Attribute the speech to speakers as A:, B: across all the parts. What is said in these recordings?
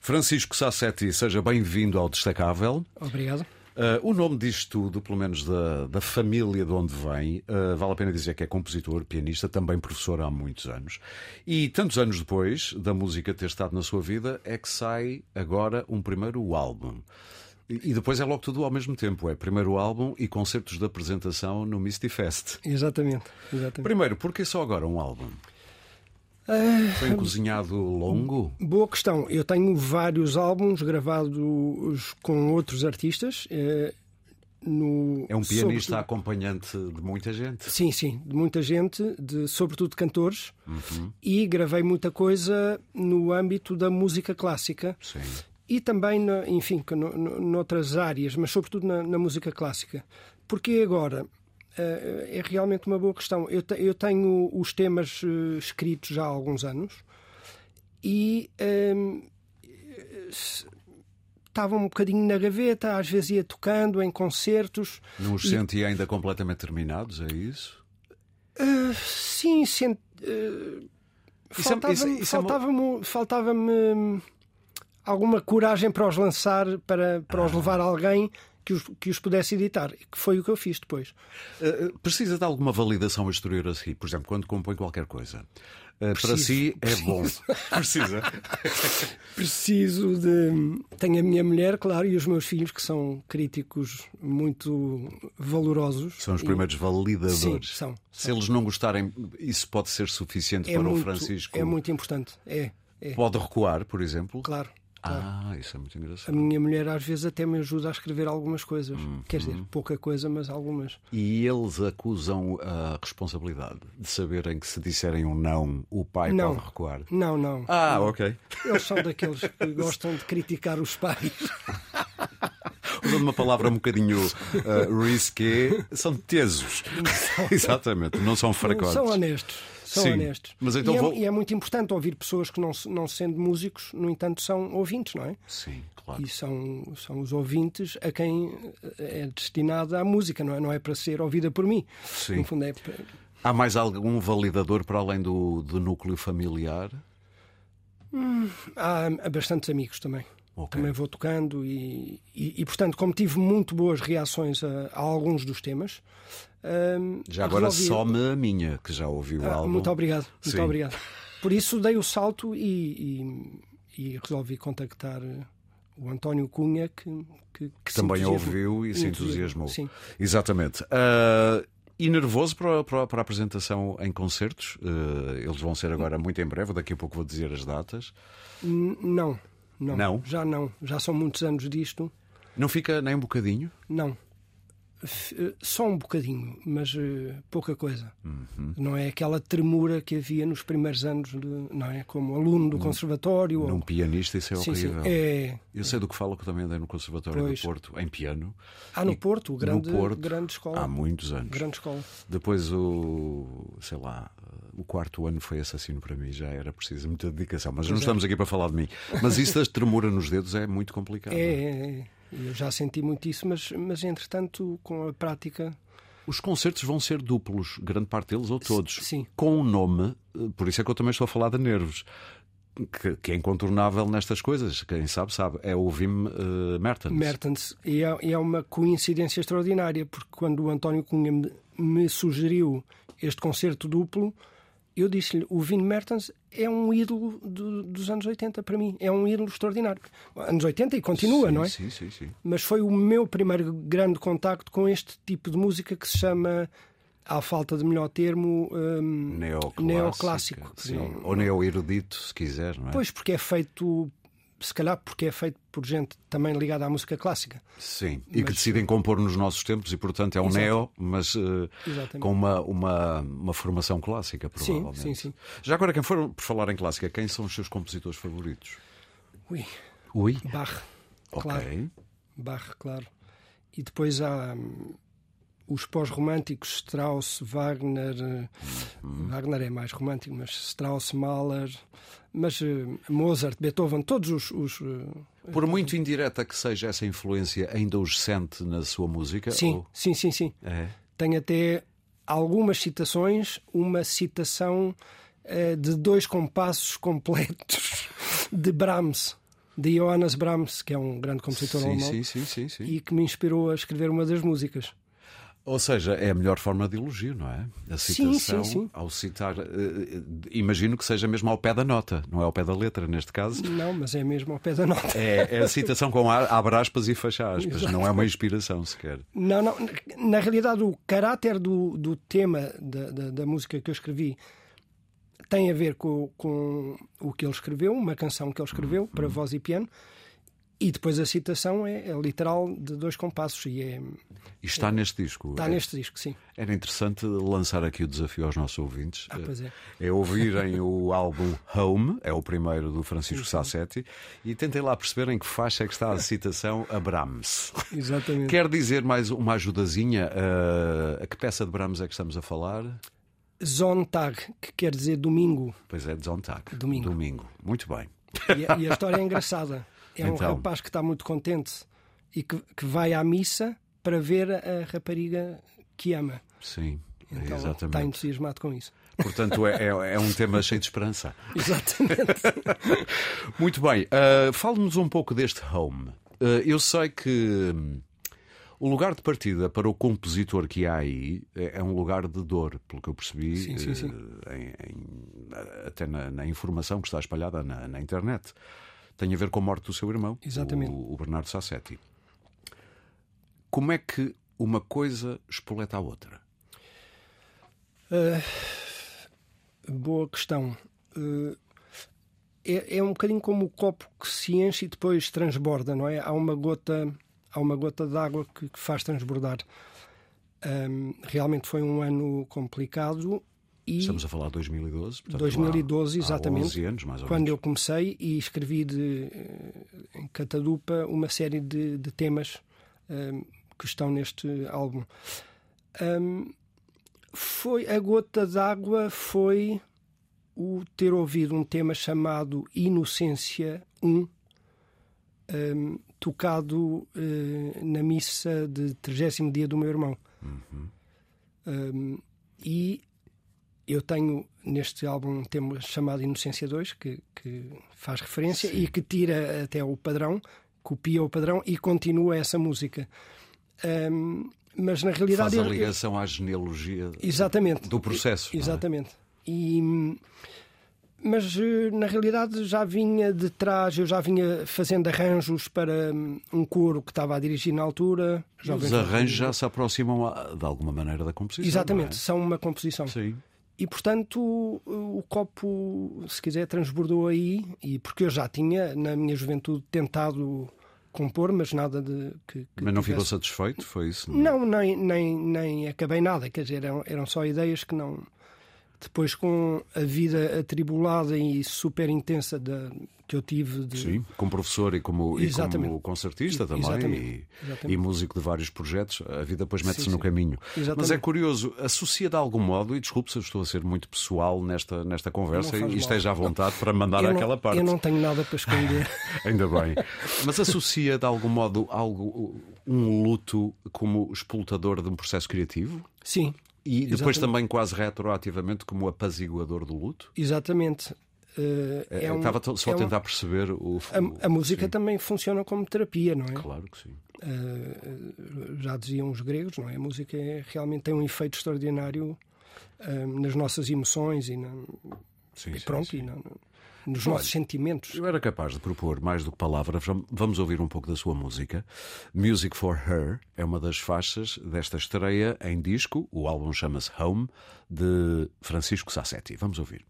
A: Francisco Sassetti, seja bem-vindo ao Destacável.
B: Obrigado.
A: Ah, o nome diz tudo, pelo menos da, da família de onde vem. Ah, vale a pena dizer que é compositor, pianista, também professor há muitos anos. E tantos anos depois da música ter estado na sua vida, é que sai agora um primeiro álbum. E e depois é logo tudo ao mesmo tempo. É primeiro álbum e concertos de apresentação no Misty Fest.
B: Exatamente. exatamente.
A: Primeiro, porquê só agora um álbum?
B: Ah,
A: Foi um cozinhado longo?
B: boa questão. Eu tenho vários álbuns gravados com outros artistas. eh, no,
A: É um pianista
B: sobretudo-
A: acompanhante de muita gente.
B: Sim, sim, de muita gente, de, sobretudo de cantores,
A: Uhum.
B: e gravei muita coisa no âmbito da música clássica
A: Sim.
B: e também, na- enfim, que no, no, noutras áreas, mas sobretudo na, na música clássica. Porque agora Eh, é realmente uma boa questão. Eu, te- eu tenho os temas eh, escritos já há alguns anos e ehm, eh, se- estavam um bocadinho na gaveta, às vezes ia tocando em concertos.
A: Não os sente ainda completamente terminados, é isso?
B: Ah, sim, sent- eh,
A: Isso é-
B: faltava-me
A: isso é- isso é uma-
B: faltava-me- faltava-me, hum, alguma coragem para os lançar, para, para
A: Ah.
B: os levar a alguém que os, que os pudesse editar, que foi o que eu fiz depois.
A: Uh, uh, precisa de alguma validação exterior a si? Por exemplo, quando compõe qualquer coisa. Uh, para
B: Preciso,
A: si é bom. Precisa.
B: Preciso de. Tenho a minha mulher, claro, e os meus filhos, que são críticos muito valorosos.
A: São os
B: E
A: primeiros validadores.
B: Sim, são.
A: Se eles não gostarem, isso pode ser suficiente
B: É
A: para
B: muito,
A: o Francisco.
B: é muito importante. É, é,
A: Pode recuar, por exemplo.
B: claro.
A: Ah, isso é muito
B: A
A: engraçado.
B: minha mulher às vezes até me ajuda a escrever algumas coisas.
A: Hum,
B: Quer dizer, pouca coisa, mas algumas.
A: E eles acusam ah, a responsabilidade de saberem que se disserem um não, o pai
B: Não.
A: pode recuar.
B: Não, não.
A: Ah, ok.
B: Eles são daqueles que gostam de criticar os pais.
A: Usando uma palavra um bocadinho uh, risqué, são tesos. Exatamente, não são fracotes.
B: São honestos. São
A: Sim,
B: honestos.
A: mas então
B: e, é,
A: vou-
B: e é muito importante ouvir pessoas que, não, se- não sendo músicos, no entanto, são ouvintes, não é?
A: Sim, claro.
B: E são, são os ouvintes a quem é destinada a música, não é? Não é para ser ouvida por mim.
A: Sim.
B: No fundo é para-
A: Há mais algum validador para além do, do núcleo familiar?
B: Há, há bastantes amigos também.
A: Ok.
B: Também vou tocando e, e, e, portanto, como tive muito boas reações a, a alguns dos temas. hum,
A: Já agora
B: resolvi-
A: some a minha, que já ouviu
B: Ah,
A: algo.
B: Muito obrigado, muito
A: Sim.
B: obrigado. Por isso dei o salto e, e, e resolvi contactar eh, o António Cunha, que, que, que se
A: Também
B: entusiasmou.
A: ouviu e se entusiasmou.
B: Sim.
A: Exatamente. Ah, e nervoso para, para- para a apresentação em concertos? Ah, eles vão ser agora muito em breve, daqui a pouco vou dizer as datas.
B: N- Não, não,
A: Não?
B: Já não. Já são muitos anos disto.
A: Não fica nem um bocadinho?
B: Não. F- eh, Só um bocadinho, mas eh, pouca coisa.
A: Uhum.
B: Não é aquela tremura que havia nos primeiros anos, de- não é? Como aluno do conservatório. ou-
A: Num pianista, isso é
B: Sim, sim.
A: horrível.
B: É,
A: Eu sei do que falo, que eu também andei no Conservatório
B: Pois.
A: do Porto, em piano.
B: há no Porto, grande,
A: no Porto,
B: grande escola.
A: Há muitos anos.
B: Grande escola.
A: Depois o, sei lá, o quarto ano foi assassino para mim, já era preciso muita dedicação, mas não
B: é.
A: estamos aqui para falar de mim. Mas isso das tremura nos dedos é muito complicado.
B: É, é, é. Eu já senti muito isso, mas, mas entretanto, com a prática,
A: Os concertos vão ser duplos, grande parte deles ou todos,
B: sim.
A: com um nome, eh, por isso é que eu também estou a falar de nervos. Que, que é incontornável nestas coisas, quem sabe, sabe. É o Wim eh, Mertens.
B: Mertens, e é, e é uma coincidência extraordinária, porque quando o António Cunha me, me sugeriu este concerto duplo, eu disse-lhe: o Vino Mertens é um ídolo do- dos anos 80 para mim, é um ídolo extraordinário. Anos 80 e continua,
A: Sim,
B: não é?
A: Sim, sim, sim.
B: Mas foi o meu primeiro grande contacto com este tipo de música que se chama, à falta de melhor termo, hum,
A: Neoclássico.
B: Neoclássico, que
A: Sim.
B: não-
A: Ou neo-erudito, se quiser, não é?
B: Pois, porque é feito, se calhar porque é feito por gente também ligada à música clássica.
A: Sim, e que decidem compor nos nossos tempos e, portanto, é um
B: Exato.
A: neo, mas eh,
B: Exatamente.
A: com uma, uma, uma formação clássica, provavelmente.
B: sim, sim.
A: Já agora, quem for, por falar em clássica, quem são os seus compositores favoritos?
B: Ui,
A: Ui,
B: Bach,
A: ok.
B: claro. Bach, claro. E depois há hum, os pós-românticos, Strauss, Wagner. eh, Wagner é mais romântico, mas Strauss, Mahler. Mas eh, Mozart, Beethoven, todos os. os, eh,
A: Por muito indireta que seja essa influência, ainda os sente na sua música?
B: Sim,
A: Ou...
B: sim, sim, sim.
A: É.
B: Tem até algumas citações, uma citação eh, de dois compassos completos de Brahms. de Johannes Brahms, que é um grande compositor
A: sim,
B: alemão,
A: sim, sim, sim, sim.
B: e que me inspirou a escrever uma das músicas.
A: Ou seja, é a melhor forma de elogio, não é? A
B: Sim,
A: citação,
B: sim, sim.
A: ao citar, eh, eh, imagino que seja mesmo ao pé da nota, não é ao pé da letra neste caso.
B: Não, mas é mesmo ao pé da nota.
A: É, é a citação com ar, abre aspas e fecha aspas, não é uma inspiração sequer.
B: Não, não. na- Na realidade, o caráter do, do tema da, da, da música que eu escrevi tem a ver com, com o que ele escreveu, uma canção que ele escreveu para
A: Uhum.
B: voz e piano, e depois a citação é, é literal de dois compassos e é,
A: E está neste disco.
B: está
A: É-
B: neste disco, sim.
A: Era interessante lançar aqui o desafio aos nossos ouvintes.
B: Ah, pois é.
A: É ouvirem o álbum Home, é o primeiro do Francisco Sassetti, e tentem lá perceber em que faixa é que está a citação a Brahms.
B: Exatamente.
A: Quer dizer mais uma ajudazinha? eh, a que peça de Brahms é que estamos a falar?
B: Zontag, é que quer dizer domingo,
A: Pois é, de Zontag.
B: Domingo.
A: Muito bem.
B: e a, e a história é engraçada. É um
A: Então.
B: rapaz que está muito contente e que, que vai à missa para ver a rapariga que ama.
A: Sim,
B: Então, está
A: exatamente.
B: entusiasmado com isso.
A: Portanto, é, é- é um tema cheio de esperança.
B: Exatamente.
A: Muito bem. ah, Fale-nos um pouco deste home. Ah, eu sei que hum, o lugar de partida para o compositor que há aí é é um lugar de dor, pelo que eu percebi,
B: Sim, sim, sim.
A: eh, em- em- até na, na informação que está espalhada na, na internet. Tem a ver com a morte do seu irmão,
B: Exatamente.
A: O, o Bernardo Sassetti. Como é que uma coisa espoleta a outra?
B: Boa questão. Eh, É, é um bocadinho como o copo que se enche e depois transborda, não é? Há uma gota, há uma gota de água que, que faz transbordar. Ahm, realmente foi um ano complicado e
A: Estamos a falar de 2012, portanto,
B: 2012,
A: há,
B: exatamente.
A: Há 11 anos, mais ou
B: quando
A: menos.
B: eu comecei e escrevi de, eh, em catadupa uma série de, de temas ahm, que estão neste álbum. Ahm, foi a gota d'água foi o ter ouvido um tema chamado Inocência 1 ahm, hum, tocado eh, na missa de 30 dia do meu irmão.
A: Uhum.
B: Ahm, e eu tenho neste álbum um tema chamado Inocência 2, que, que faz referência e que tira até o padrão, copia o padrão e continua essa música. Ahm, mas na
A: Faz
B: realidade.
A: a
B: eu- eu-
A: ligação à genealogia
B: Exatamente.
A: do processo. não é?
B: Exatamente. E, hum, mas eh, na realidade já vinha de trás, eu já vinha fazendo arranjos para hum, um coro que estava a dirigir na altura. Jovens
A: Os arranjos já se aproximam ah, de alguma maneira da composição.
B: Exatamente, são uma composição.
A: não é? Sim.
B: E portanto o, o copo, se quiser, transbordou aí, e porque eu já tinha na minha juventude tentado compor, mas nada de que, que
A: Mas não ficou
B: tivesse-
A: satisfeito? Foi isso?
B: Não, nem, nem, nem acabei nada, quer dizer, eram, eram só ideias que não. Depois, com a vida atribulada e super intensa da, que eu tive de.
A: Sim, como professor e como, e
B: Exatamente.
A: como concertista
B: E-
A: também
B: exatamente.
A: E,
B: Exatamente.
A: e músico de vários projetos, a vida depois mete-se
B: Sim,
A: no
B: sim.
A: caminho. Mas
B: Exatamente.
A: é curioso, associa de algum modo, e desculpe se eu estou a ser muito pessoal nesta, nesta conversa
B: Não faz
A: e
B: mal.
A: esteja à vontade para mandar
B: eu
A: àquela
B: não,
A: parte.
B: Eu não tenho nada para esconder.
A: Ainda bem. Mas associa de algum modo algo, um luto como expultador de um processo criativo?
B: Sim,
A: E depois
B: Exatamente.
A: também quase retroativamente como apaziguador do luto?
B: exatamente. Eh,
A: É,
B: é um-
A: estava to- só
B: é
A: a
B: um-
A: tentar perceber o... o-
B: a, a música também funciona como terapia, não é?
A: Claro que sim.
B: Eh, já diziam os gregos, não é? A música é- realmente tem um efeito extraordinário eh, nas nossas emoções e, na,
A: Sim,
B: e
A: sim,
B: pronto,
A: sim.
B: e na- nos nossos sentimentos.
A: Eu era capaz de propor, mais do que palavras, vam- vamos ouvir um pouco da sua música. Music for Her é uma das faixas desta estreia em disco, o álbum chama-se Home, de Francisco Sassetti. Vamos ouvir.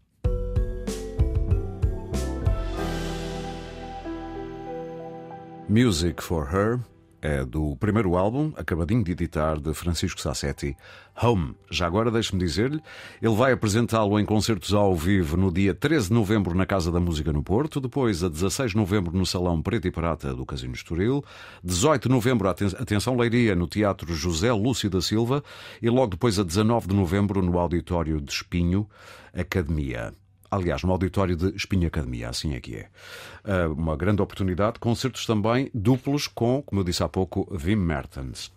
A: Music for Her é do primeiro álbum, acabadinho de editar, de Francisco Sassetti, Home. Já agora deixe-me dizer-lhe, ele vai apresentá-lo em concertos ao vivo no dia 13 de novembro na Casa da Música no Porto, depois a 16 de novembro no Salão Preto e Prata do Casino Estoril, 18 de novembro, aten- atenção Leiria, no Teatro José Lúcio da Silva e logo depois a 19 de novembro no Auditório de Espinho, Academia. Aliás, no auditório de Espinha Academia, assim é que é. Ah, uma grande oportunidade. Concertos também duplos com, como eu disse há pouco, Wim Mertens.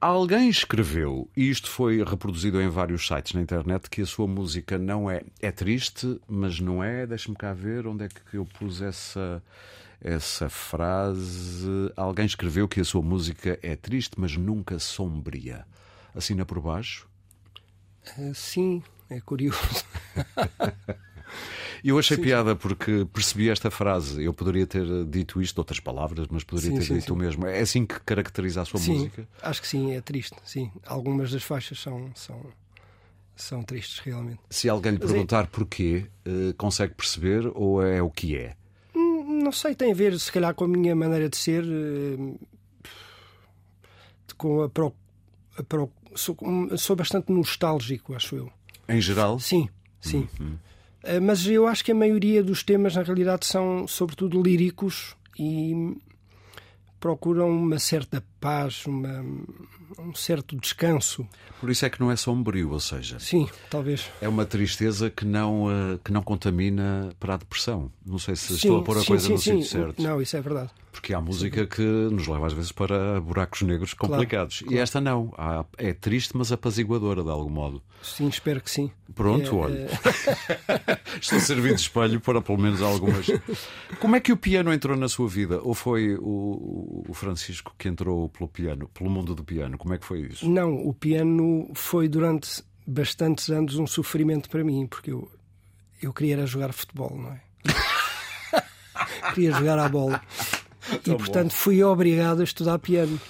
A: Alguém escreveu, e isto foi reproduzido em vários sites na internet, que a sua música não é. É triste, mas não é. Deixa-me cá ver onde é que eu pus essa, essa frase. Alguém escreveu que a sua música é triste, mas nunca sombria. Assina por baixo?
B: Ah, Sim, é curioso.
A: Eu achei piada porque percebi esta frase. Eu poderia ter dito isto de outras palavras, mas poderia
B: Sim,
A: ter
B: sim,
A: dito o mesmo. É assim que caracteriza a sua
B: sim,
A: música?
B: acho que sim, é triste. Sim, algumas das faixas são são são tristes realmente.
A: Se alguém lhe perguntar porquê, eh, consegue perceber ou é o que é?
B: Hum, Não sei, tem a ver se calhar com a minha maneira de ser, hum, com a, pro, a pro- sou, hum, sou bastante nostálgico, acho eu.
A: Em geral,
B: Sim, sim. Eh, Mas eu acho que a maioria dos temas, na realidade, são sobretudo líricos e procuram uma certa paz, uma- um certo descanso.
A: por isso é que não é sombrio, ou seja,
B: Sim, talvez.
A: é uma tristeza que não, eh, que não contamina para a depressão. Não sei se estou
B: Sim,
A: a pôr a
B: sim,
A: coisa
B: sim,
A: no
B: sim.
A: sítio certo.
B: Não, isso é verdade.
A: Porque há música que nos leva às vezes para buracos negros complicados. E esta não. Há- É triste, mas apaziguadora de algum modo.
B: Sim, espero que sim.
A: Pronto, olha.
B: é.
A: Estou servido de espelho para pelo menos algumas. Como é que o piano entrou na sua vida? Ou foi o, o Francisco que entrou pelo piano, pelo mundo do piano? Como é que foi isso?
B: Não, o piano foi durante bastantes anos um sofrimento para mim, porque eu, eu queria era jogar futebol, não é? queria jogar à bola.
A: Tá
B: E portanto fui obrigado a estudar piano.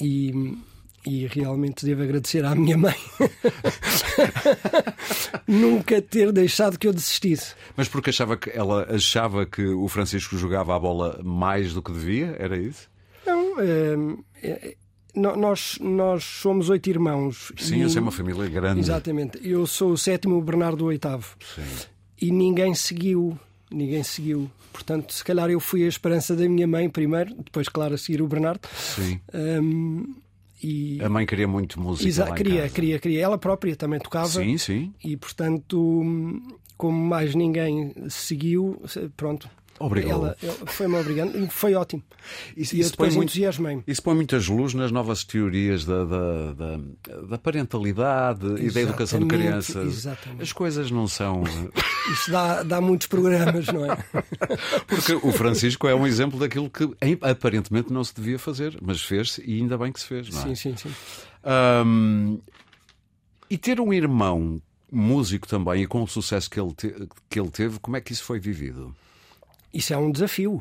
B: E, e realmente devo agradecer à minha mãe nunca ter deixado que eu desistisse.
A: Mas porque achava que ela achava que o Francisco jogava a bola mais do que devia? Era isso?
B: Não, hum, é- é- no- nós, nós somos oito irmãos.
A: Sim,
B: E-
A: essa é uma família grande.
B: Exatamente. Eu sou o sétimo, o Bernardo o oitavo. E ninguém seguiu. Ninguém seguiu. Portanto, se calhar eu fui a esperança da minha mãe primeiro, depois, claro, a seguir o Bernardo.
A: Sim.
B: Hum, e
A: A mãe queria muito música.
B: Exa-
A: lá em
B: queria,
A: casa.
B: queria, queria. Ela própria também tocava.
A: Sim, sim.
B: E, portanto, hum, como mais ninguém seguiu, pronto.
A: Obrigou.
B: Ela, ela foi-me obrigando e foi ótimo.
A: Isso-
B: e eu
A: isso põe
B: depois
A: muito-
B: entusiasmei-me.
A: Isso põe muitas luzes nas novas teorias da, da, da, da parentalidade e da educação de
B: Exatamente,
A: crianças.
B: exatamente.
A: As coisas não são.
B: Isso dá, dá muitos programas, não é?
A: Porque o Francisco é um exemplo daquilo que em- aparentemente não se devia fazer, mas fez-se e ainda bem que se fez, não é?
B: sim, sim, sim.
A: Hum, e ter um irmão músico também e com o sucesso que ele, te- que ele teve, como é que isso foi vivido?
B: Isso é um desafio.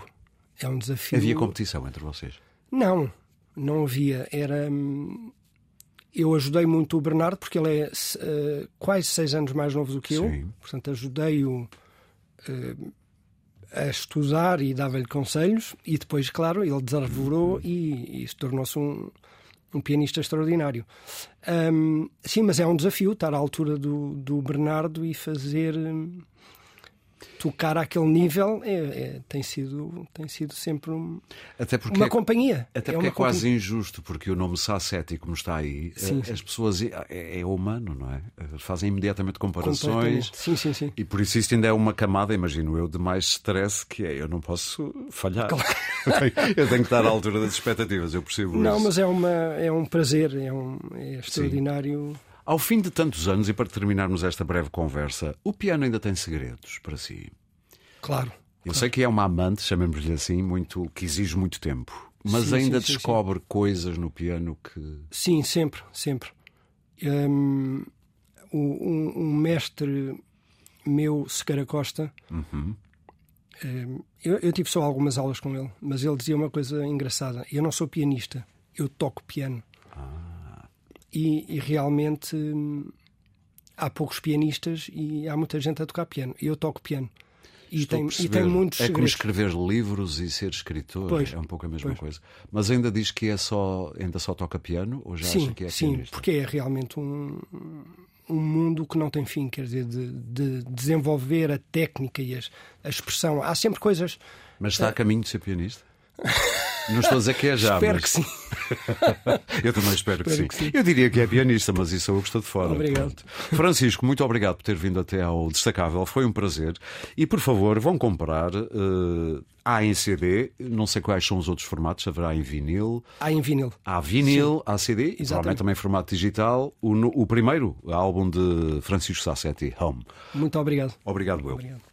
B: É um desafio.
A: Havia competição entre vocês?
B: Não, não havia. Era. hum, Eu ajudei muito o Bernardo, porque ele é se- eh, quase seis anos mais novo do que eu.
A: Sim.
B: Portanto, ajudei-o eh, a estudar e dava-lhe conselhos. E depois, claro, ele desarvorou e, e se tornou-se um, um pianista extraordinário. Hum, sim, mas é um desafio estar à altura do, do Bernardo e fazer. hum, Tocar àquele nível é- é- tem, sido, tem sido sempre um,
A: Até porque
B: uma companhia.
A: Até
B: É
A: porque
B: uma
A: é quase injusto, porque o nome Sassetti, como está aí, eh, as pessoas. É, é humano, não é? Eh, Fazem imediatamente comparações.
B: Completamente. Sim, sim, sim.
A: E por isso isto ainda é uma camada, imagino eu, de mais stress que é. Eu não posso falhar. eu tenho que estar à altura das expectativas, eu percebo
B: Não,
A: isso.
B: mas é, uma, é um prazer, é, um, é extraordinário.
A: Ao fim de tantos anos, e para terminarmos esta breve conversa, o piano ainda tem segredos para si.
B: Claro.
A: Eu sei que é uma amante, chamemos-lhe assim, muito, que exige muito tempo. Mas
B: Sim,
A: ainda
B: sim, sim,
A: descobre coisas no piano que.
B: Sim, sempre, sempre. Hum, o- um, um mestre meu, Sequeira Costa,
A: Uhum.
B: hum, eu, eu tive só algumas aulas com ele, mas ele dizia uma coisa engraçada: eu não sou pianista, eu toco piano.
A: Ah.
B: E, e realmente hum, há poucos pianistas e há muita gente a tocar piano. Eu toco piano. E,
A: Estou a
B: tem, e tem
A: perceber.
B: muitos
A: É como
B: segredos.
A: escrever livros e ser escritor,
B: Pois,
A: é um pouco a mesma coisa. Mas ainda diz que é só, ainda só toca piano ou já acha
B: Sim,
A: que é
B: sim,
A: pianista?
B: porque é realmente um, um mundo que não tem fim, quer dizer, de, de desenvolver a técnica e as- a expressão. Há sempre coisas.
A: Mas está a caminho de ser pianista? Não estou a dizer que é já,
B: Espero
A: mas
B: que sim.
A: eu também espero, que, sim.
B: Espero que sim.
A: Eu diria que é pianista, mas isso eu estou de fora.
B: Obrigado.
A: Pronto. Francisco, muito obrigado por ter vindo até ao Destacável, foi um prazer. E por favor, vão comprar eh, há em CD, não sei quais são os outros formatos, haverá em vinil.
B: Há em vinil.
A: Há vinil, há CD, e provavelmente também em formato digital. O, no- o primeiro álbum de Francisco Sassetti, Home.
B: Muito obrigado.
A: Obrigado, eu.
B: Obrigado.